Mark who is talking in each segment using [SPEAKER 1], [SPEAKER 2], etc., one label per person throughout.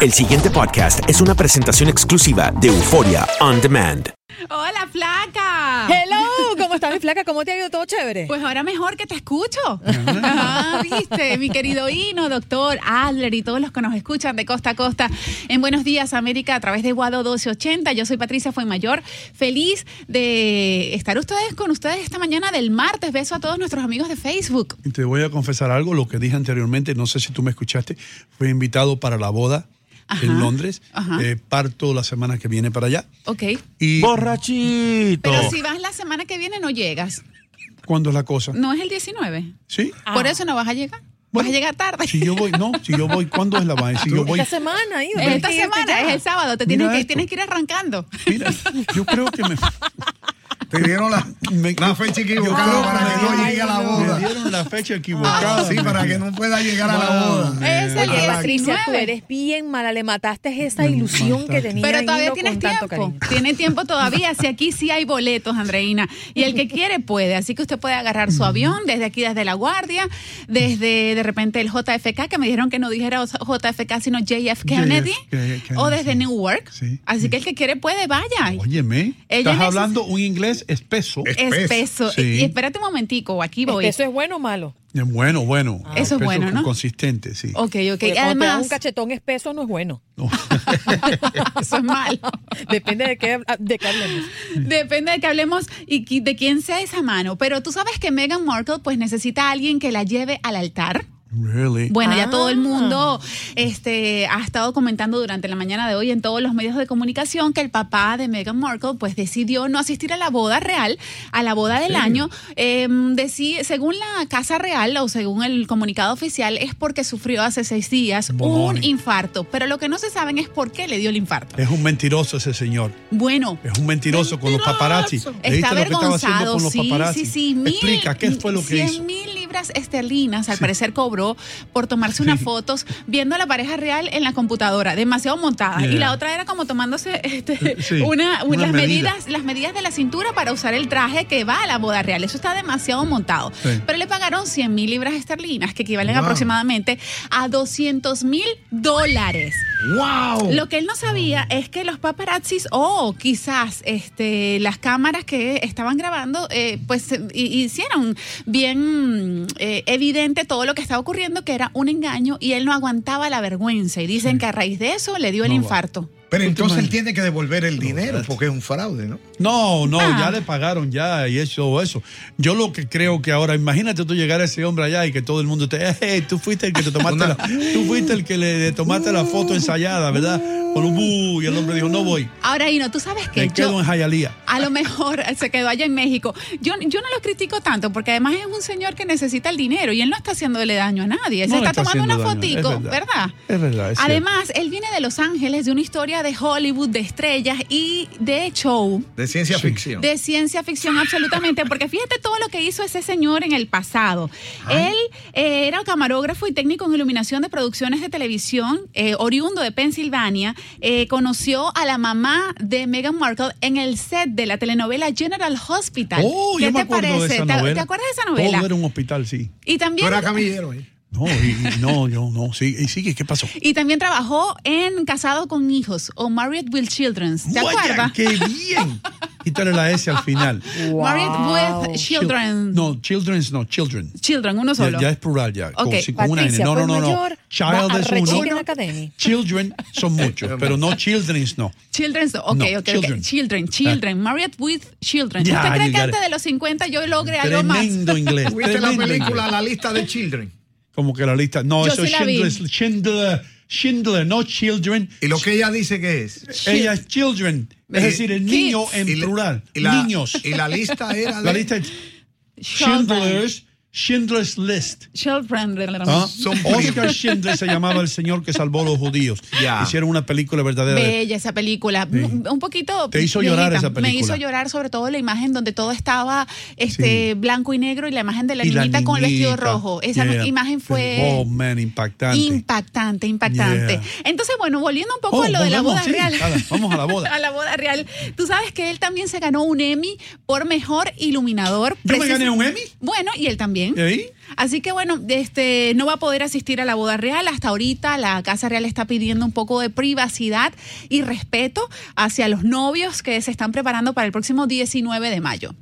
[SPEAKER 1] El siguiente podcast es una presentación exclusiva de Euforia On Demand.
[SPEAKER 2] Hola, flaca.
[SPEAKER 3] Hello, ¿cómo estás, mi flaca? ¿Cómo te ha ido todo chévere?
[SPEAKER 2] Pues ahora mejor que te escucho. Ajá, viste, mi querido Hino, doctor Adler y todos los que nos escuchan de costa a costa en Buenos Días América a través de Guado 1280. Yo soy Patricia Fuenmayor, feliz de estar ustedes con ustedes esta mañana del martes. Beso a todos nuestros amigos de Facebook.
[SPEAKER 4] Y Te voy a confesar algo, lo que dije anteriormente, no sé si tú me escuchaste, fui invitado para la boda
[SPEAKER 2] Ajá,
[SPEAKER 4] en Londres,
[SPEAKER 2] ajá.
[SPEAKER 4] Eh, parto la semana que viene para allá.
[SPEAKER 2] Ok.
[SPEAKER 4] Y
[SPEAKER 5] Borrachito.
[SPEAKER 2] Pero si vas la semana que viene no llegas.
[SPEAKER 4] ¿cuándo es la cosa?
[SPEAKER 2] ¿No es el 19?
[SPEAKER 4] ¿Sí.
[SPEAKER 2] Por eso no vas a llegar. vas
[SPEAKER 4] Ah. Bueno,
[SPEAKER 2] a llegar tarde.
[SPEAKER 4] Si yo voy, no, si yo voy, ¿cuándo es la vaina? Si yo voy,
[SPEAKER 3] Esta semana, Ivo. tienes
[SPEAKER 2] Esta
[SPEAKER 3] que irte
[SPEAKER 2] semana
[SPEAKER 3] ya.
[SPEAKER 2] es el sábado, te tienes
[SPEAKER 4] Mira
[SPEAKER 2] que,
[SPEAKER 4] esto.
[SPEAKER 2] tienes que ir arrancando.
[SPEAKER 4] mira, yo creo que me,
[SPEAKER 5] Te dieron la,
[SPEAKER 4] me-
[SPEAKER 5] la fecha
[SPEAKER 4] yo
[SPEAKER 5] equivocada
[SPEAKER 4] creo
[SPEAKER 5] para
[SPEAKER 4] que
[SPEAKER 5] que no
[SPEAKER 4] me-
[SPEAKER 5] llegue a la
[SPEAKER 4] me
[SPEAKER 5] boda.
[SPEAKER 4] dieron la fecha equivocada.
[SPEAKER 5] Sí, para que no pueda llegar a la boda.
[SPEAKER 2] Es el
[SPEAKER 3] Oye,
[SPEAKER 5] Oye,
[SPEAKER 3] Patricia, tú
[SPEAKER 2] 19.
[SPEAKER 3] eres bien mala. Le mataste esa ilusión que tenía.
[SPEAKER 2] Pero
[SPEAKER 3] Hino
[SPEAKER 2] todavía
[SPEAKER 3] con
[SPEAKER 2] tienes
[SPEAKER 3] tanto
[SPEAKER 2] tiempo.
[SPEAKER 3] cariño.
[SPEAKER 2] Tiene tiempo todavía. Si aquí sí hay boletos, Andreina. Y el que quiere puede. Así que usted puede agarrar su avión desde aquí, desde La Guardia, desde de repente el JFK, que me dijeron que no dijera JFK, sino JF Kennedy,
[SPEAKER 4] Kennedy,
[SPEAKER 2] o desde
[SPEAKER 4] sí.
[SPEAKER 2] Newark.
[SPEAKER 4] Sí,
[SPEAKER 2] Así
[SPEAKER 4] sí.
[SPEAKER 2] que el que quiere puede, vaya.
[SPEAKER 4] Óyeme,
[SPEAKER 2] Ella
[SPEAKER 4] estás
[SPEAKER 2] neces-
[SPEAKER 4] hablando un inglés espeso.
[SPEAKER 5] Es-
[SPEAKER 2] Espeso.
[SPEAKER 4] Sí.
[SPEAKER 2] Y espérate un momentico, aquí voy.
[SPEAKER 3] ¿Eso es bueno o malo?
[SPEAKER 4] Eh, Bueno, bueno.
[SPEAKER 2] Eso es
[SPEAKER 4] espeso
[SPEAKER 2] bueno,
[SPEAKER 4] con
[SPEAKER 2] ¿no? Oh.
[SPEAKER 4] Consistente, sí.
[SPEAKER 2] Ok, ok.
[SPEAKER 3] Porque cuando Pues, te dan
[SPEAKER 2] Además,
[SPEAKER 3] un cachetón espeso no es bueno.
[SPEAKER 4] No.
[SPEAKER 2] eso es malo.
[SPEAKER 3] Depende de qué, de qué hablemos.
[SPEAKER 2] Depende de que hablemos y qui- de quién sea esa mano. Pero tú sabes que Meghan Markle pues necesita a alguien que la lleve al altar.
[SPEAKER 4] Really.
[SPEAKER 2] Bueno, ya
[SPEAKER 3] Ah.
[SPEAKER 2] todo el mundo este, ha estado comentando durante la mañana de hoy en todos los medios de comunicación que el papá de Meghan Markle pues decidió no asistir a la boda real, a la boda del año. Eh, deci- según la Casa Real o según el comunicado oficial es porque sufrió hace seis días un
[SPEAKER 4] Bonito.
[SPEAKER 2] infarto, pero lo que no se saben es por qué le dio el infarto.
[SPEAKER 4] Es un mentiroso ese señor.
[SPEAKER 2] Bueno,
[SPEAKER 4] Es un mentiroso, con los paparazzi.
[SPEAKER 2] Está
[SPEAKER 4] ¿Leíste lo que estaba haciendo
[SPEAKER 2] avergonzado,
[SPEAKER 4] con los
[SPEAKER 2] sí,
[SPEAKER 4] paparazzi?
[SPEAKER 2] sí, sí. Mil,
[SPEAKER 4] Explica, ¿qué fue lo que hizo?
[SPEAKER 2] mil libras esterlinas, al parecer cobró por tomarse unas fotos viendo a la pareja real en la computadora, demasiado montada. Y
[SPEAKER 4] Yeah.
[SPEAKER 2] la otra era como tomándose este,
[SPEAKER 4] Sí,
[SPEAKER 2] una,
[SPEAKER 4] una
[SPEAKER 2] las
[SPEAKER 4] medida.
[SPEAKER 2] medidas, las medidas de la cintura para usar el traje que va a la boda real. Eso está demasiado montado.
[SPEAKER 4] Sí.
[SPEAKER 2] Pero le pagaron 100 mil libras esterlinas, que equivalen
[SPEAKER 4] Wow.
[SPEAKER 2] aproximadamente a 200 mil dólares.
[SPEAKER 4] ¡Wow!
[SPEAKER 2] Lo que él no sabía
[SPEAKER 4] Ah.
[SPEAKER 2] es que los paparazzis o quizás este, las cámaras que estaban grabando, eh, pues eh, hi- hicieron bien mm, eh, evidente todo lo que estaba ocurriendo, que era un engaño y él no aguantaba la vergüenza. Y dicen que a raíz de eso le dio el
[SPEAKER 4] No va.
[SPEAKER 2] infarto.
[SPEAKER 4] Este
[SPEAKER 5] Pero entonces él
[SPEAKER 4] imaginas?
[SPEAKER 5] tiene que devolver el dinero porque es un fraude, ¿no?
[SPEAKER 4] No, no,
[SPEAKER 2] Ah.
[SPEAKER 4] ya le pagaron ya y eso, todo eso. Yo lo que creo que ahora, imagínate tú llegar a ese hombre allá y que todo el mundo te, "Eh, tú fuiste el que te tomaste la, tú fuiste el que le, le tomaste la
[SPEAKER 2] Uh.
[SPEAKER 4] foto ensayada, ¿verdad? Con un "Bu", y el hombre dijo, no voy,
[SPEAKER 2] Ahora, Ino, tú sabes que
[SPEAKER 4] me
[SPEAKER 2] yo...
[SPEAKER 4] quedo en Jayalía.
[SPEAKER 2] A lo mejor se quedó allá en México. Yo, yo no lo critico tanto porque además es un señor que necesita el dinero y él no está haciéndole daño a nadie. Se
[SPEAKER 4] No le
[SPEAKER 2] está,
[SPEAKER 4] está
[SPEAKER 2] tomando una
[SPEAKER 4] haciendo daño,
[SPEAKER 2] fotico,
[SPEAKER 4] es
[SPEAKER 2] ¿verdad?
[SPEAKER 4] verdad. Es verdad, es
[SPEAKER 2] además, él viene de Los Ángeles, de una historia de Hollywood, de estrellas y de show.
[SPEAKER 5] De ciencia
[SPEAKER 4] Sí.
[SPEAKER 5] ficción.
[SPEAKER 2] De ciencia ficción, absolutamente, porque fíjate todo lo que hizo ese señor en el pasado. Él eh, era camarógrafo y técnico en iluminación de producciones de televisión, eh, oriundo de Pensilvania. Eh, conoció a la mamá de Meghan Markle en el set de la telenovela General Hospital.
[SPEAKER 4] Oh,
[SPEAKER 2] ¿Qué
[SPEAKER 4] yo me
[SPEAKER 2] te
[SPEAKER 4] acuerdo
[SPEAKER 2] parece?
[SPEAKER 4] de esa
[SPEAKER 2] ¿Te,
[SPEAKER 4] novela.
[SPEAKER 2] te acuerdas de esa novela?
[SPEAKER 4] Todo era un hospital, sí.
[SPEAKER 2] Y
[SPEAKER 5] Tú
[SPEAKER 2] también
[SPEAKER 5] eras camillero. ¿eh?
[SPEAKER 4] No, y, y no, yo no, sí, y sigue, ¿qué pasó?
[SPEAKER 2] y también trabajó en Casado con Hijos o Married with Children. ¿Te
[SPEAKER 4] Vaya,
[SPEAKER 2] acuerdas?
[SPEAKER 4] ¡Qué bien! Quítale la S al final.
[SPEAKER 2] Married with
[SPEAKER 4] Chil-
[SPEAKER 2] Children.
[SPEAKER 4] No, children's no, children.
[SPEAKER 2] Children, uno
[SPEAKER 4] Ya,
[SPEAKER 2] solo.
[SPEAKER 4] ya es plural, ya. con-
[SPEAKER 2] Ok, pues
[SPEAKER 4] sí, con una
[SPEAKER 3] Patricia,
[SPEAKER 4] N. No, no, no,
[SPEAKER 3] fue
[SPEAKER 4] no.
[SPEAKER 3] mayor, va a
[SPEAKER 4] Child es
[SPEAKER 3] Rechigan
[SPEAKER 4] uno.
[SPEAKER 3] Academy.
[SPEAKER 4] Children son muchos, pero no children's no.
[SPEAKER 2] Children's, ok,
[SPEAKER 4] No,
[SPEAKER 2] ok, ok. Children,
[SPEAKER 4] children. Ah.
[SPEAKER 2] children, Married with children.
[SPEAKER 4] Ya,
[SPEAKER 2] ¿Usted cree
[SPEAKER 4] you
[SPEAKER 2] que
[SPEAKER 4] got
[SPEAKER 2] antes
[SPEAKER 4] it.
[SPEAKER 2] de los 50 yo logre algo más?
[SPEAKER 4] Tremendo inglés.
[SPEAKER 5] ¿Viste la
[SPEAKER 4] tremendo
[SPEAKER 5] película
[SPEAKER 4] inglés.
[SPEAKER 5] La lista de Children?
[SPEAKER 4] Como que la lista. No,
[SPEAKER 2] Yo
[SPEAKER 4] eso
[SPEAKER 2] sí
[SPEAKER 4] es
[SPEAKER 2] la vi.
[SPEAKER 4] Schindler's- Schindler, Schindler, no children.
[SPEAKER 5] Y lo que ella dice que es.
[SPEAKER 4] Ella es children. Es
[SPEAKER 5] Eh,
[SPEAKER 4] decir, el
[SPEAKER 2] kids.
[SPEAKER 4] niño
[SPEAKER 5] y
[SPEAKER 4] en
[SPEAKER 5] la-
[SPEAKER 4] plural.
[SPEAKER 5] y la-
[SPEAKER 4] Niños.
[SPEAKER 5] Y la lista era.
[SPEAKER 4] La
[SPEAKER 5] de-
[SPEAKER 4] lista es
[SPEAKER 2] Children.
[SPEAKER 4] Schindler's, Schindler's List.
[SPEAKER 2] Children.
[SPEAKER 4] Ah,
[SPEAKER 5] Son
[SPEAKER 4] Oscar
[SPEAKER 5] primos.
[SPEAKER 4] Schindler se llamaba el señor que salvó a los judíos.
[SPEAKER 5] Ya.
[SPEAKER 4] Hicieron una película verdadera. de-
[SPEAKER 2] Bella esa película. Un un poquito.
[SPEAKER 4] Te hizo llorar
[SPEAKER 2] viejita.
[SPEAKER 4] esa película.
[SPEAKER 2] Me hizo llorar, sobre todo la imagen donde todo estaba este
[SPEAKER 4] Sí.
[SPEAKER 2] blanco y negro y la imagen de la
[SPEAKER 4] y
[SPEAKER 2] niñita con el vestido
[SPEAKER 4] niñita.
[SPEAKER 2] rojo. Esa
[SPEAKER 4] Yeah.
[SPEAKER 2] imagen fue.
[SPEAKER 4] Oh, man, impactante.
[SPEAKER 2] Impactante, impactante.
[SPEAKER 4] Yeah.
[SPEAKER 2] Entonces, bueno, volviendo un poco
[SPEAKER 4] Oh,
[SPEAKER 2] a lo de la
[SPEAKER 4] volvemos,
[SPEAKER 2] boda
[SPEAKER 4] sí,
[SPEAKER 2] real.
[SPEAKER 4] a la- vamos a la boda.
[SPEAKER 2] a la boda real. Tú sabes que él también se ganó un Emmy por mejor iluminador.
[SPEAKER 4] ¿Yo me
[SPEAKER 2] Precis-
[SPEAKER 4] gané un Emmy?
[SPEAKER 2] Bueno, y él también. bien.
[SPEAKER 4] ¿Eh?
[SPEAKER 2] Así que bueno, este, no va a poder asistir a la boda real. Hasta ahorita la Casa Real está pidiendo un poco de privacidad y respeto hacia los novios que se están preparando para el próximo 19 de mayo.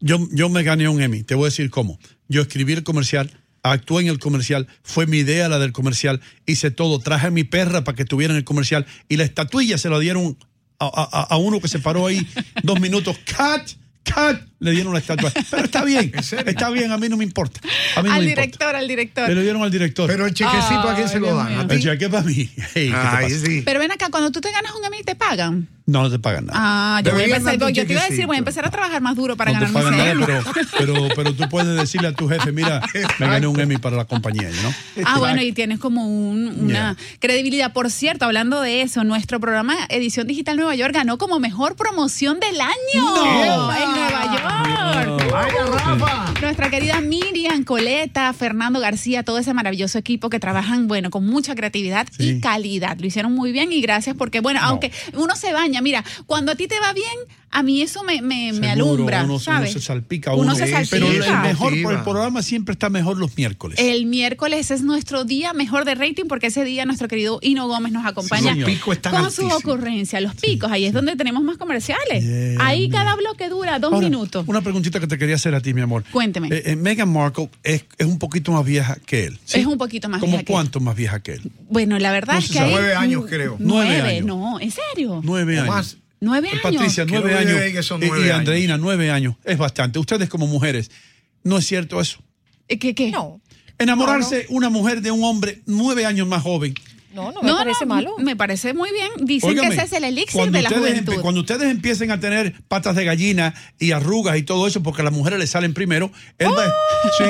[SPEAKER 4] Yo, yo me gané un Emmy, te voy a decir cómo. Yo escribí el comercial, actué en el comercial, fue mi idea la del comercial, hice todo, traje a mi perra para que estuviera en el comercial y la estatuilla se la dieron a, a- a- a uno que se paró ahí dos minutos. ¡Cat! ¡Cat! Le dieron la estatua. Pero está bien,
[SPEAKER 5] ¿En serio?
[SPEAKER 4] está bien, a mí no me importa. A mí no
[SPEAKER 2] al
[SPEAKER 4] me
[SPEAKER 2] director,
[SPEAKER 4] importa.
[SPEAKER 2] al director.
[SPEAKER 4] Le lo
[SPEAKER 2] Pero,
[SPEAKER 4] dieron al director.
[SPEAKER 5] Pero el chequecito a quién se
[SPEAKER 2] Ay,
[SPEAKER 5] lo dan.
[SPEAKER 2] Dios
[SPEAKER 5] ¿A
[SPEAKER 2] mío.
[SPEAKER 5] ti?
[SPEAKER 4] el cheque para mí. Hey, ¿qué te
[SPEAKER 5] Ay,
[SPEAKER 4] pasa?
[SPEAKER 5] sí.
[SPEAKER 2] ven acá, cuando tú te ganas un Emmy, ¿te pagan?
[SPEAKER 4] No, no te pagan nada.
[SPEAKER 2] Ah, yo voy a
[SPEAKER 5] Deberían
[SPEAKER 2] empezar,
[SPEAKER 5] darte un
[SPEAKER 2] yo te iba a decir,
[SPEAKER 5] chequecito.
[SPEAKER 2] voy a empezar a trabajar más duro para
[SPEAKER 4] no te
[SPEAKER 2] ganar mi
[SPEAKER 4] pagan
[SPEAKER 2] Emmy.
[SPEAKER 4] nada, pero, pero, pero tú puedes decirle a tu jefe, mira, me gané un Emmy para la compañía, ¿no?
[SPEAKER 2] Ah, bueno, y tienes como un- una credibilidad. Por cierto, hablando de eso, nuestro programa Edición Digital Nueva York ganó como mejor promoción del año
[SPEAKER 4] No. Ah.
[SPEAKER 2] en Nueva York.
[SPEAKER 5] ¡Vaya, Rafa!
[SPEAKER 2] Nuestra querida Miriam, Coleta, Fernando García, todo ese maravilloso equipo que trabajan, bueno, con mucha creatividad
[SPEAKER 4] Sí.
[SPEAKER 2] y calidad. Lo hicieron muy bien y gracias porque, bueno, aunque uno se baña, mira, cuando a ti te va bien, a mí eso me, me, me
[SPEAKER 4] Seguro,
[SPEAKER 2] alumbra,
[SPEAKER 4] Uno, uno
[SPEAKER 2] ¿sabes?
[SPEAKER 4] se salpica
[SPEAKER 2] Uno
[SPEAKER 4] uno.
[SPEAKER 2] se salpica. Eh,
[SPEAKER 4] Pero el mejor
[SPEAKER 5] Motiva.
[SPEAKER 4] el programa siempre está mejor los miércoles.
[SPEAKER 2] El miércoles es nuestro día mejor de rating porque ese día nuestro querido Hino Gómez nos acompaña
[SPEAKER 4] Sí,
[SPEAKER 5] Los picos están
[SPEAKER 2] con sus
[SPEAKER 5] altísimos.
[SPEAKER 2] ocurrencias, los picos. Ahí es donde tenemos más comerciales.
[SPEAKER 4] Bien,
[SPEAKER 2] Ahí
[SPEAKER 4] bien.
[SPEAKER 2] cada bloque dura dos
[SPEAKER 4] Ahora,
[SPEAKER 2] minutos.
[SPEAKER 4] Una preguntita que te quería hacer a ti, mi amor.
[SPEAKER 2] Cuénteme.
[SPEAKER 4] Eh, eh, Meghan Markle es, es un poquito más vieja que él. ¿sí?
[SPEAKER 2] Es un poquito más
[SPEAKER 4] ¿Cómo
[SPEAKER 2] vieja que él.
[SPEAKER 4] cuánto más vieja que él?
[SPEAKER 2] Bueno, la verdad
[SPEAKER 4] No
[SPEAKER 2] es
[SPEAKER 4] se
[SPEAKER 2] que
[SPEAKER 4] sabe.
[SPEAKER 2] hay
[SPEAKER 5] Nueve años,
[SPEAKER 2] nu-
[SPEAKER 5] creo.
[SPEAKER 2] Nueve,
[SPEAKER 4] Nueve años.
[SPEAKER 2] no, ¿en serio?
[SPEAKER 4] Nueve
[SPEAKER 5] O
[SPEAKER 4] años. Eh,
[SPEAKER 5] más.
[SPEAKER 2] Nueve años.
[SPEAKER 4] Patricia,
[SPEAKER 5] Creo
[SPEAKER 4] nueve
[SPEAKER 5] que
[SPEAKER 4] años. Eh,
[SPEAKER 5] que son
[SPEAKER 4] Y-
[SPEAKER 5] nueve
[SPEAKER 4] y,
[SPEAKER 5] años.
[SPEAKER 4] Andreina, nueve años. Es bastante. Ustedes como mujeres, ¿no es cierto eso?
[SPEAKER 2] Eh, ¿Qué, qué?
[SPEAKER 3] No,
[SPEAKER 4] Enamorarse una mujer de un hombre nueve años más joven.
[SPEAKER 3] no, no me parece malo.
[SPEAKER 2] Me parece muy bien. Dicen
[SPEAKER 4] Óigame,
[SPEAKER 2] que ese es el elixir
[SPEAKER 4] cuando
[SPEAKER 2] de la
[SPEAKER 4] ustedes
[SPEAKER 2] juventud.
[SPEAKER 4] empe- Cuando ustedes empiecen a tener patas de gallina y arrugas y todo eso, porque a las mujeres le salen primero, él va.
[SPEAKER 2] ¡Oh!
[SPEAKER 4] Sí,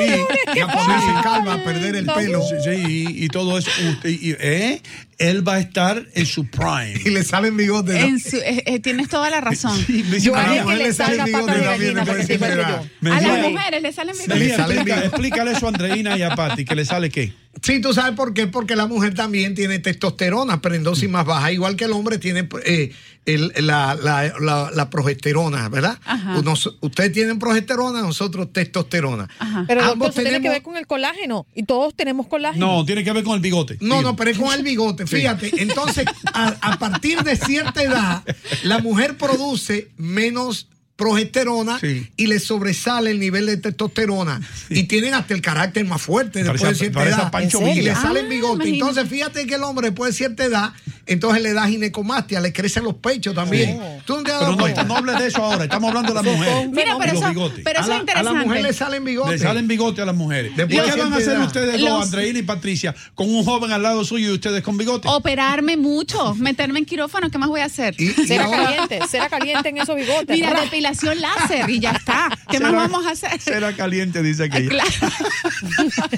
[SPEAKER 5] Ya ponerse calma, a perder el
[SPEAKER 3] Ay,
[SPEAKER 5] pelo.
[SPEAKER 4] sí, sí, y, y todo eso. Usted- y- ¿eh? Él va a estar en su
[SPEAKER 5] Y
[SPEAKER 4] prime.
[SPEAKER 5] le salen bigotes. ¿no?
[SPEAKER 2] En su- eh, eh, tienes toda la razón.
[SPEAKER 4] Sí, me
[SPEAKER 3] Yo
[SPEAKER 4] dice, "Ah,
[SPEAKER 5] a
[SPEAKER 3] haría
[SPEAKER 5] la
[SPEAKER 3] que
[SPEAKER 5] mujer
[SPEAKER 3] le
[SPEAKER 5] le sale
[SPEAKER 3] salga
[SPEAKER 5] bigote
[SPEAKER 3] pata de
[SPEAKER 5] también,
[SPEAKER 3] gallina
[SPEAKER 5] le
[SPEAKER 3] para que
[SPEAKER 5] parece
[SPEAKER 3] se igual que
[SPEAKER 5] verdad.
[SPEAKER 3] yo.
[SPEAKER 4] Me
[SPEAKER 2] A las
[SPEAKER 4] duele.
[SPEAKER 2] mujeres le salen
[SPEAKER 5] le
[SPEAKER 2] bigotes.
[SPEAKER 4] Mira,
[SPEAKER 5] sale
[SPEAKER 4] explica-
[SPEAKER 5] vivo.
[SPEAKER 4] explícale eso a Andreina y a Patti, que le sale qué.
[SPEAKER 5] Sí, tú sabes por qué, porque la mujer también tiene testosterona, prendosis
[SPEAKER 3] Mm.
[SPEAKER 5] más baja, igual que el hombre tiene eh, el- la, la- la- la progesterona, ¿verdad?
[SPEAKER 2] Ajá.
[SPEAKER 5] Nos- ustedes tienen progesterona, nosotros testosterona.
[SPEAKER 2] Ajá.
[SPEAKER 3] Pero doctor,
[SPEAKER 5] Ambos
[SPEAKER 3] eso tiene que ver con el colágeno y todos tenemos colágeno.
[SPEAKER 4] No, tiene que ver con el bigote.
[SPEAKER 5] No, no, pero es con el bigote, fíjate. Entonces, a, a partir de cierta edad, la mujer produce menos progesterona
[SPEAKER 4] Sí.
[SPEAKER 5] y le sobresale el nivel de testosterona y tienen hasta el carácter más fuerte después
[SPEAKER 4] Parece-
[SPEAKER 5] de cierta
[SPEAKER 4] parece a
[SPEAKER 5] edad
[SPEAKER 4] Pancho
[SPEAKER 5] y le
[SPEAKER 4] Villa.
[SPEAKER 5] salen
[SPEAKER 2] Ah,
[SPEAKER 5] bigote.
[SPEAKER 2] imagínate.
[SPEAKER 5] Entonces, fíjate que el hombre después de cierta edad, entonces le da ginecomastia, le crecen los pechos también.
[SPEAKER 3] Sí.
[SPEAKER 5] ¿Tú no te has
[SPEAKER 4] Pero
[SPEAKER 5] dado
[SPEAKER 4] no,
[SPEAKER 5] cuenta?
[SPEAKER 4] no hables de eso ahora, estamos hablando de las mujeres.
[SPEAKER 2] Mira, pero
[SPEAKER 4] Y los
[SPEAKER 2] eso,
[SPEAKER 4] bigotes.
[SPEAKER 2] pero eso
[SPEAKER 5] a, la,
[SPEAKER 2] es
[SPEAKER 5] a la mujer le
[SPEAKER 2] interesante.
[SPEAKER 5] salen bigotes.
[SPEAKER 4] Le salen bigote a las mujeres.
[SPEAKER 5] Después
[SPEAKER 4] ¿Y
[SPEAKER 5] de
[SPEAKER 4] qué van
[SPEAKER 5] cierta
[SPEAKER 4] a hacer
[SPEAKER 5] edad.
[SPEAKER 4] ustedes
[SPEAKER 2] Los-
[SPEAKER 4] dos, Andreina y Patricia, con un joven al lado suyo y ustedes con bigote?
[SPEAKER 2] Oh, Operarme mucho, meterme en quirófano, ¿qué más voy a hacer?
[SPEAKER 5] Y- y
[SPEAKER 3] Será
[SPEAKER 5] ahora-
[SPEAKER 3] caliente, será caliente en esos bigotes.
[SPEAKER 2] Mira,
[SPEAKER 3] Ra.
[SPEAKER 2] depilación láser y ya está. ¿Qué más
[SPEAKER 4] Será-
[SPEAKER 2] vamos a hacer?
[SPEAKER 4] Será caliente, dice
[SPEAKER 2] Ah,
[SPEAKER 4] aquella.
[SPEAKER 2] Claro.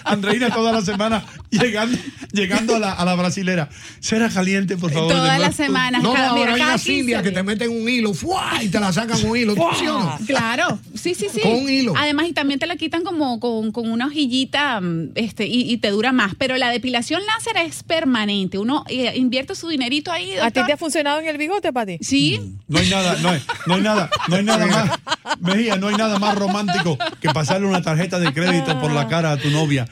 [SPEAKER 4] Andreina toda la semana llegando, llegando a, la, a la brasilera. Será caliente, por favor. de
[SPEAKER 2] Todas
[SPEAKER 4] nuevo.
[SPEAKER 2] las semanas.
[SPEAKER 5] No,
[SPEAKER 2] cada, mira,
[SPEAKER 5] ahora hay
[SPEAKER 2] cada
[SPEAKER 5] unas
[SPEAKER 2] 15
[SPEAKER 5] indias que
[SPEAKER 2] días.
[SPEAKER 5] te meten un hilo ¡fua! y te la sacan un hilo. ¿Tú sí o no?
[SPEAKER 2] Claro, sí, sí, sí.
[SPEAKER 5] Con un hilo.
[SPEAKER 2] Además, y también te la quitan como con, con una hojillita mm, este, y, y te dura más. Pero la depilación láser es permanente. Uno eh, invierte su dinerito ahí.
[SPEAKER 3] ¿A ti
[SPEAKER 2] doctor.
[SPEAKER 3] te ha funcionado en el bigote, Pati?
[SPEAKER 5] Mm.
[SPEAKER 2] Sí.
[SPEAKER 4] No hay nada, no hay, no hay nada, no hay nada más. Mejía, no hay nada más romántico que pasarle una tarjeta de crédito por la cara a tu novia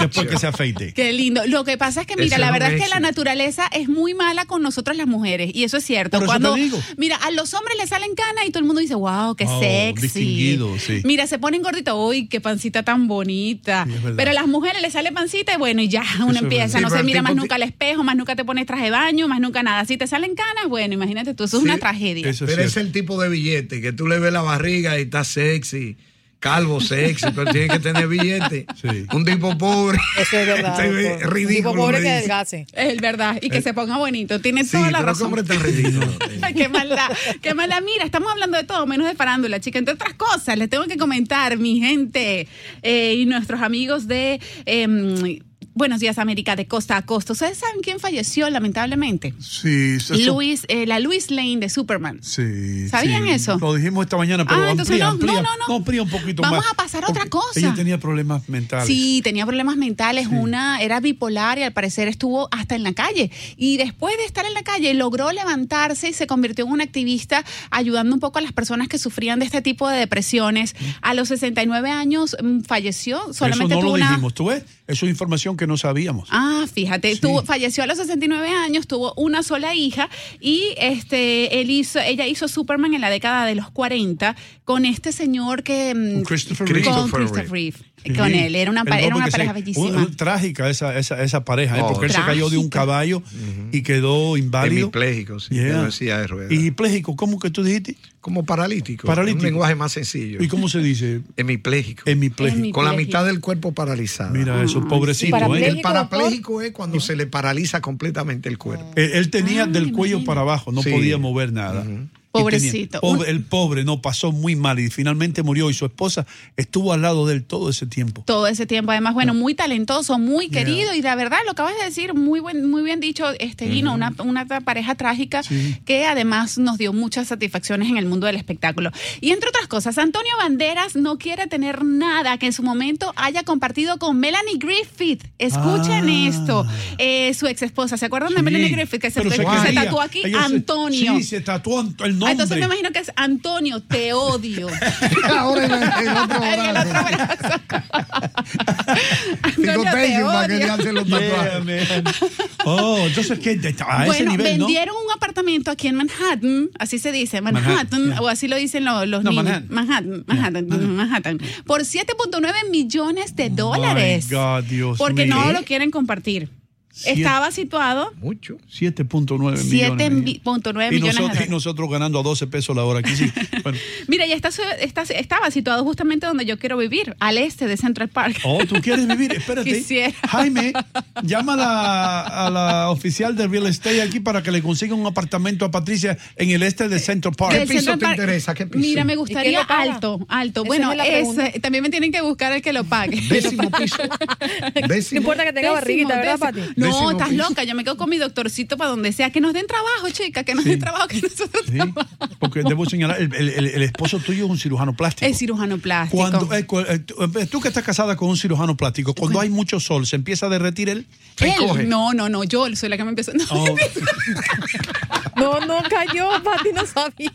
[SPEAKER 4] después que se afeite.
[SPEAKER 2] Qué lindo. Lo que pasa es que, mira,
[SPEAKER 5] Eso
[SPEAKER 2] la
[SPEAKER 5] es un
[SPEAKER 2] verdad es que la
[SPEAKER 5] éxito.
[SPEAKER 2] naturaleza es muy mala con nosotras las mujeres. Y eso es cierto.
[SPEAKER 4] Por eso
[SPEAKER 2] Cuando,
[SPEAKER 4] te digo.
[SPEAKER 2] mira, a los hombres les salen canas y todo el mundo dice, wow, qué
[SPEAKER 4] Wow,
[SPEAKER 2] sexy.
[SPEAKER 4] distinguido, sí.
[SPEAKER 2] Mira, se ponen gorditos, uy, qué pancita tan bonita.
[SPEAKER 4] Sí, es verdad.
[SPEAKER 2] pero a las mujeres les sale pancita y bueno, y ya uno
[SPEAKER 4] es
[SPEAKER 2] empieza,
[SPEAKER 4] verdad.
[SPEAKER 2] no
[SPEAKER 5] Sí,
[SPEAKER 2] se
[SPEAKER 5] pero el
[SPEAKER 2] mira más
[SPEAKER 5] tipo
[SPEAKER 2] nunca al espejo, más nunca te pones traje de baño, más nunca nada. Si te salen canas, bueno, imagínate tú, eso es
[SPEAKER 5] Sí,
[SPEAKER 2] una tragedia.
[SPEAKER 4] eso es
[SPEAKER 5] Pero es
[SPEAKER 4] cierto.
[SPEAKER 5] el tipo de billete que tú le ves la barriga y está sexy, calvo sexy, pero tiene que tener billete.
[SPEAKER 4] Sí.
[SPEAKER 5] Un tipo pobre.
[SPEAKER 3] Eso es verdad.
[SPEAKER 5] Se ve
[SPEAKER 3] doctor.
[SPEAKER 5] ridículo.
[SPEAKER 3] Tipo pobre
[SPEAKER 5] me
[SPEAKER 3] que
[SPEAKER 5] dice.
[SPEAKER 3] adelgace.
[SPEAKER 2] Es verdad, y que se ponga bonito. Tienes
[SPEAKER 5] Sí,
[SPEAKER 2] toda la
[SPEAKER 5] pero qué
[SPEAKER 2] razón.
[SPEAKER 5] hombre tan ridículo.
[SPEAKER 2] Ay, qué maldad, qué maldad. Mira, estamos hablando de todo, menos de farándula, chica. Entre otras cosas, les tengo que comentar, mi gente eh, y nuestros amigos de... em, Buenos días, América, de costa a costa. ¿Ustedes saben quién falleció, lamentablemente?
[SPEAKER 4] Sí, se-
[SPEAKER 2] Luis, eh, la Luis Lane de Superman.
[SPEAKER 4] Sí.
[SPEAKER 2] ¿Sabían
[SPEAKER 4] sí.
[SPEAKER 2] eso?
[SPEAKER 4] Lo dijimos esta mañana, pero
[SPEAKER 2] Ah, entonces
[SPEAKER 4] amplía,
[SPEAKER 2] no,
[SPEAKER 4] amplía,
[SPEAKER 2] no, no, no.
[SPEAKER 4] amplía un poquito
[SPEAKER 2] Vamos
[SPEAKER 4] más.
[SPEAKER 2] a pasar a otra
[SPEAKER 4] Porque
[SPEAKER 2] cosa.
[SPEAKER 4] Ella tenía problemas mentales.
[SPEAKER 2] Sí, tenía problemas mentales, una era bipolar y al parecer estuvo hasta en la calle. Y después de estar en la calle logró levantarse y se convirtió en una activista ayudando un poco a las personas que sufrían de este tipo de depresiones. A los 69 años mm, falleció, solamente
[SPEAKER 4] eso no
[SPEAKER 2] tuvo
[SPEAKER 4] lo
[SPEAKER 2] una
[SPEAKER 4] dijimos, ¿tú ves? Eso es información que no sabíamos.
[SPEAKER 2] Ah, fíjate,
[SPEAKER 4] Sí.
[SPEAKER 2] tuvo- falleció a los 69 años, tuvo una sola hija y este, él hizo, ella hizo Superman en la década de los 40 con este señor que... mm,
[SPEAKER 4] Con Christopher
[SPEAKER 2] con
[SPEAKER 4] Reeve.
[SPEAKER 2] Christopher Reeve. Con
[SPEAKER 4] Sí.
[SPEAKER 2] él, era una,
[SPEAKER 4] El
[SPEAKER 2] pa- era
[SPEAKER 4] hombre
[SPEAKER 2] una
[SPEAKER 4] que se-
[SPEAKER 2] pareja
[SPEAKER 4] un-
[SPEAKER 2] bellísima.
[SPEAKER 4] un- trágica esa, esa, esa pareja, ¿eh?
[SPEAKER 6] Oh.
[SPEAKER 4] porque él se cayó de un
[SPEAKER 2] Trágica.
[SPEAKER 4] caballo y quedó inválido.
[SPEAKER 6] Hemipléjico, sí,
[SPEAKER 4] Yeah.
[SPEAKER 6] que no decía de ruedas.
[SPEAKER 4] Y pléjico, ¿cómo que tú dijiste?
[SPEAKER 6] como paralítico.
[SPEAKER 4] Paralítico.
[SPEAKER 6] Un lenguaje más sencillo.
[SPEAKER 4] ¿Y cómo se dice?
[SPEAKER 6] Hemipléjico.
[SPEAKER 4] Hemipléjico.
[SPEAKER 2] Hemipléjico.
[SPEAKER 6] Con la mitad del cuerpo paralizada.
[SPEAKER 4] Mira eso, pobrecito.
[SPEAKER 3] Para-
[SPEAKER 4] ¿eh?
[SPEAKER 6] El
[SPEAKER 3] Parapléjico,
[SPEAKER 6] parapléjico es cuando se le paraliza completamente el cuerpo.
[SPEAKER 4] Él, Eh, él tenía
[SPEAKER 2] Ah,
[SPEAKER 4] del cuello
[SPEAKER 2] imagínate.
[SPEAKER 4] para abajo, no
[SPEAKER 6] Sí.
[SPEAKER 4] podía mover nada. Y tenía-
[SPEAKER 2] Pobrecito.
[SPEAKER 4] pobre- el pobre no pasó muy mal y finalmente murió y su esposa estuvo al lado de él todo ese tiempo.
[SPEAKER 2] todo ese tiempo. Además, bueno, muy talentoso, muy querido y la verdad, lo acabas de decir, muy buen, muy bien dicho, este Guino, una, una tra- pareja trágica
[SPEAKER 4] Sí.
[SPEAKER 2] que además nos dio muchas satisfacciones en el mundo del espectáculo. Y entre otras cosas, Antonio Banderas no quiere tener nada que en su momento haya compartido con Melanie Griffith. Escuchen
[SPEAKER 4] Ah.
[SPEAKER 2] esto, eh, su ex esposa. ¿Se acuerdan de
[SPEAKER 4] Sí,
[SPEAKER 2] Melanie Griffith que se,
[SPEAKER 4] pero
[SPEAKER 2] se
[SPEAKER 4] quería.
[SPEAKER 2] tatuó aquí?
[SPEAKER 4] Ella se-
[SPEAKER 2] Antonio.
[SPEAKER 4] sí, se tatuó ant- el
[SPEAKER 2] Ah,
[SPEAKER 4] nombre.
[SPEAKER 2] Entonces me imagino que es Antonio, te odio.
[SPEAKER 5] Ahora en el, en otro
[SPEAKER 2] En el
[SPEAKER 5] brazo.
[SPEAKER 2] otro brazo. Antonio, te
[SPEAKER 5] Picotation para que le
[SPEAKER 2] odio.
[SPEAKER 5] hacen los
[SPEAKER 4] Yeah,
[SPEAKER 5] tatuajes.
[SPEAKER 4] man. Oh, entonces ¿qué? De- a ese
[SPEAKER 2] bueno,
[SPEAKER 4] nivel, ¿no?
[SPEAKER 2] vendieron un apartamento aquí en Manhattan, así se dice, Manhattan,
[SPEAKER 4] Manhattan, yeah.
[SPEAKER 2] o así lo dicen lo- los
[SPEAKER 4] No,
[SPEAKER 2] niños.
[SPEAKER 4] Manhattan.
[SPEAKER 2] Manhattan, Manhattan, Manhattan. por 7.9 millones de dólares.
[SPEAKER 4] Oh God, Dios
[SPEAKER 2] porque
[SPEAKER 4] mío.
[SPEAKER 2] no lo quieren compartir.
[SPEAKER 4] Siete-
[SPEAKER 2] Estaba situado
[SPEAKER 6] Mucho.
[SPEAKER 4] 7.9
[SPEAKER 2] 7.9
[SPEAKER 4] millones.
[SPEAKER 2] millones.
[SPEAKER 4] Y nosotros,
[SPEAKER 2] de
[SPEAKER 4] y nosotros ganando a 12 pesos la hora aquí. Sí. Bueno.
[SPEAKER 2] Mira, ya está, su- está- estaba situado justamente donde yo quiero vivir, al este de Central Park.
[SPEAKER 4] Oh, tú quieres vivir, espérate.
[SPEAKER 2] Quisiera.
[SPEAKER 4] Jaime, llama a la, a la oficial de real estate aquí para que le consiga un apartamento a Patricia en el este de Central
[SPEAKER 2] Del
[SPEAKER 4] Park.
[SPEAKER 5] piso
[SPEAKER 2] Central
[SPEAKER 5] te
[SPEAKER 2] Park.
[SPEAKER 5] interesa? ¿Qué piso?
[SPEAKER 2] Mira, me gustaría
[SPEAKER 3] lo paga?
[SPEAKER 2] alto, alto.
[SPEAKER 3] Esa
[SPEAKER 2] bueno,
[SPEAKER 3] es la pregunta.
[SPEAKER 2] ese- también me tienen que buscar el que lo pague.
[SPEAKER 5] Décimo piso.
[SPEAKER 3] No
[SPEAKER 5] Décimo.
[SPEAKER 3] importa que
[SPEAKER 2] Décimo,
[SPEAKER 3] tenga barriguita, ¿verdad,
[SPEAKER 2] décimo.
[SPEAKER 3] Pati?
[SPEAKER 2] No,
[SPEAKER 5] Décimo
[SPEAKER 2] estás
[SPEAKER 5] piso.
[SPEAKER 2] loca. Yo me quedo con mi doctorcito para donde sea. Que nos den trabajo, chica. Que nos den trabajo. Que nosotros
[SPEAKER 4] Sí, porque debo señalar, el, el- el- el esposo tuyo es un cirujano plástico.
[SPEAKER 2] Es cirujano plástico.
[SPEAKER 4] Cuando, eh, cu- eh, tú- eh, tú que estás casada con un cirujano plástico, cuando hay mucho sol, ¿se empieza a derretir él?
[SPEAKER 2] Él-
[SPEAKER 6] coge.
[SPEAKER 2] no, no, no. Yo soy la que me empezó. No,
[SPEAKER 4] Oh,
[SPEAKER 3] No, no cayó, Pati, no sabía.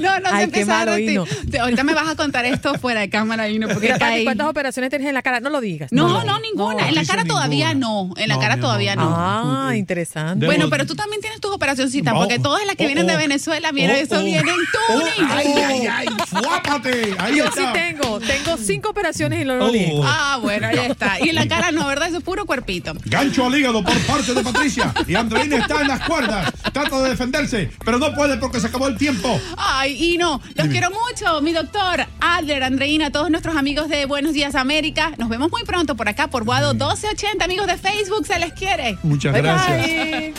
[SPEAKER 2] no, no se
[SPEAKER 3] Ay, qué
[SPEAKER 2] empieza a
[SPEAKER 3] malo,
[SPEAKER 2] derretir.
[SPEAKER 3] Hino.
[SPEAKER 2] Te- Ahorita me vas a contar esto fuera de cámara, Hino, porque
[SPEAKER 3] Mira,
[SPEAKER 2] está
[SPEAKER 3] Pati,
[SPEAKER 2] ahí.
[SPEAKER 3] ¿cuántas operaciones tienes en la cara? No lo digas.
[SPEAKER 2] No, no, ninguna. en la
[SPEAKER 4] dice
[SPEAKER 2] cara todavía
[SPEAKER 4] ninguna.
[SPEAKER 2] no. En la
[SPEAKER 4] No,
[SPEAKER 2] cara
[SPEAKER 4] mi
[SPEAKER 2] todavía
[SPEAKER 4] amor.
[SPEAKER 2] no.
[SPEAKER 3] Ah,
[SPEAKER 4] Mm.
[SPEAKER 3] interesante.
[SPEAKER 4] De-
[SPEAKER 2] Bueno,
[SPEAKER 4] Debo-
[SPEAKER 2] pero tú también tienes tus operacioncitas,
[SPEAKER 4] Oh,
[SPEAKER 2] porque todas las que
[SPEAKER 4] oh,
[SPEAKER 2] vienen de
[SPEAKER 4] oh.
[SPEAKER 2] Venezuela, mira,
[SPEAKER 4] Oh,
[SPEAKER 2] eso
[SPEAKER 4] oh.
[SPEAKER 2] vienen
[SPEAKER 4] Oh,
[SPEAKER 2] tuning.
[SPEAKER 4] ay, ay, ay, fuápate. Ahí
[SPEAKER 3] Yo sí
[SPEAKER 4] está.
[SPEAKER 3] tengo, tengo cinco operaciones y no lo
[SPEAKER 4] Oh.
[SPEAKER 3] digo.
[SPEAKER 2] Ah, bueno, ya está. Y en la cara no, ¿verdad? Eso es puro cuerpito.
[SPEAKER 4] Gancho al hígado por parte de Patricia. Y Andreina está en las cuerdas. Trata de defenderse, pero no puede porque se acabó el tiempo.
[SPEAKER 2] Ay, y no,
[SPEAKER 4] Mm.
[SPEAKER 2] los quiero mucho, mi doctor Adler, Andreina, todos nuestros amigos de Buenos Días América. Nos vemos muy pronto por acá, por Guado 1280, amigos de Facebook, se les quiere.
[SPEAKER 4] Mm. Muchas
[SPEAKER 2] Bye,
[SPEAKER 4] gracias.
[SPEAKER 2] bye.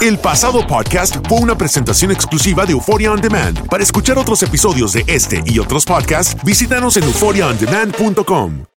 [SPEAKER 1] El pasado podcast fue una presentación exclusiva de Euphoria on Demand. Para escuchar otros episodios de este y otros podcasts, visítanos en euphoriaondemand.com.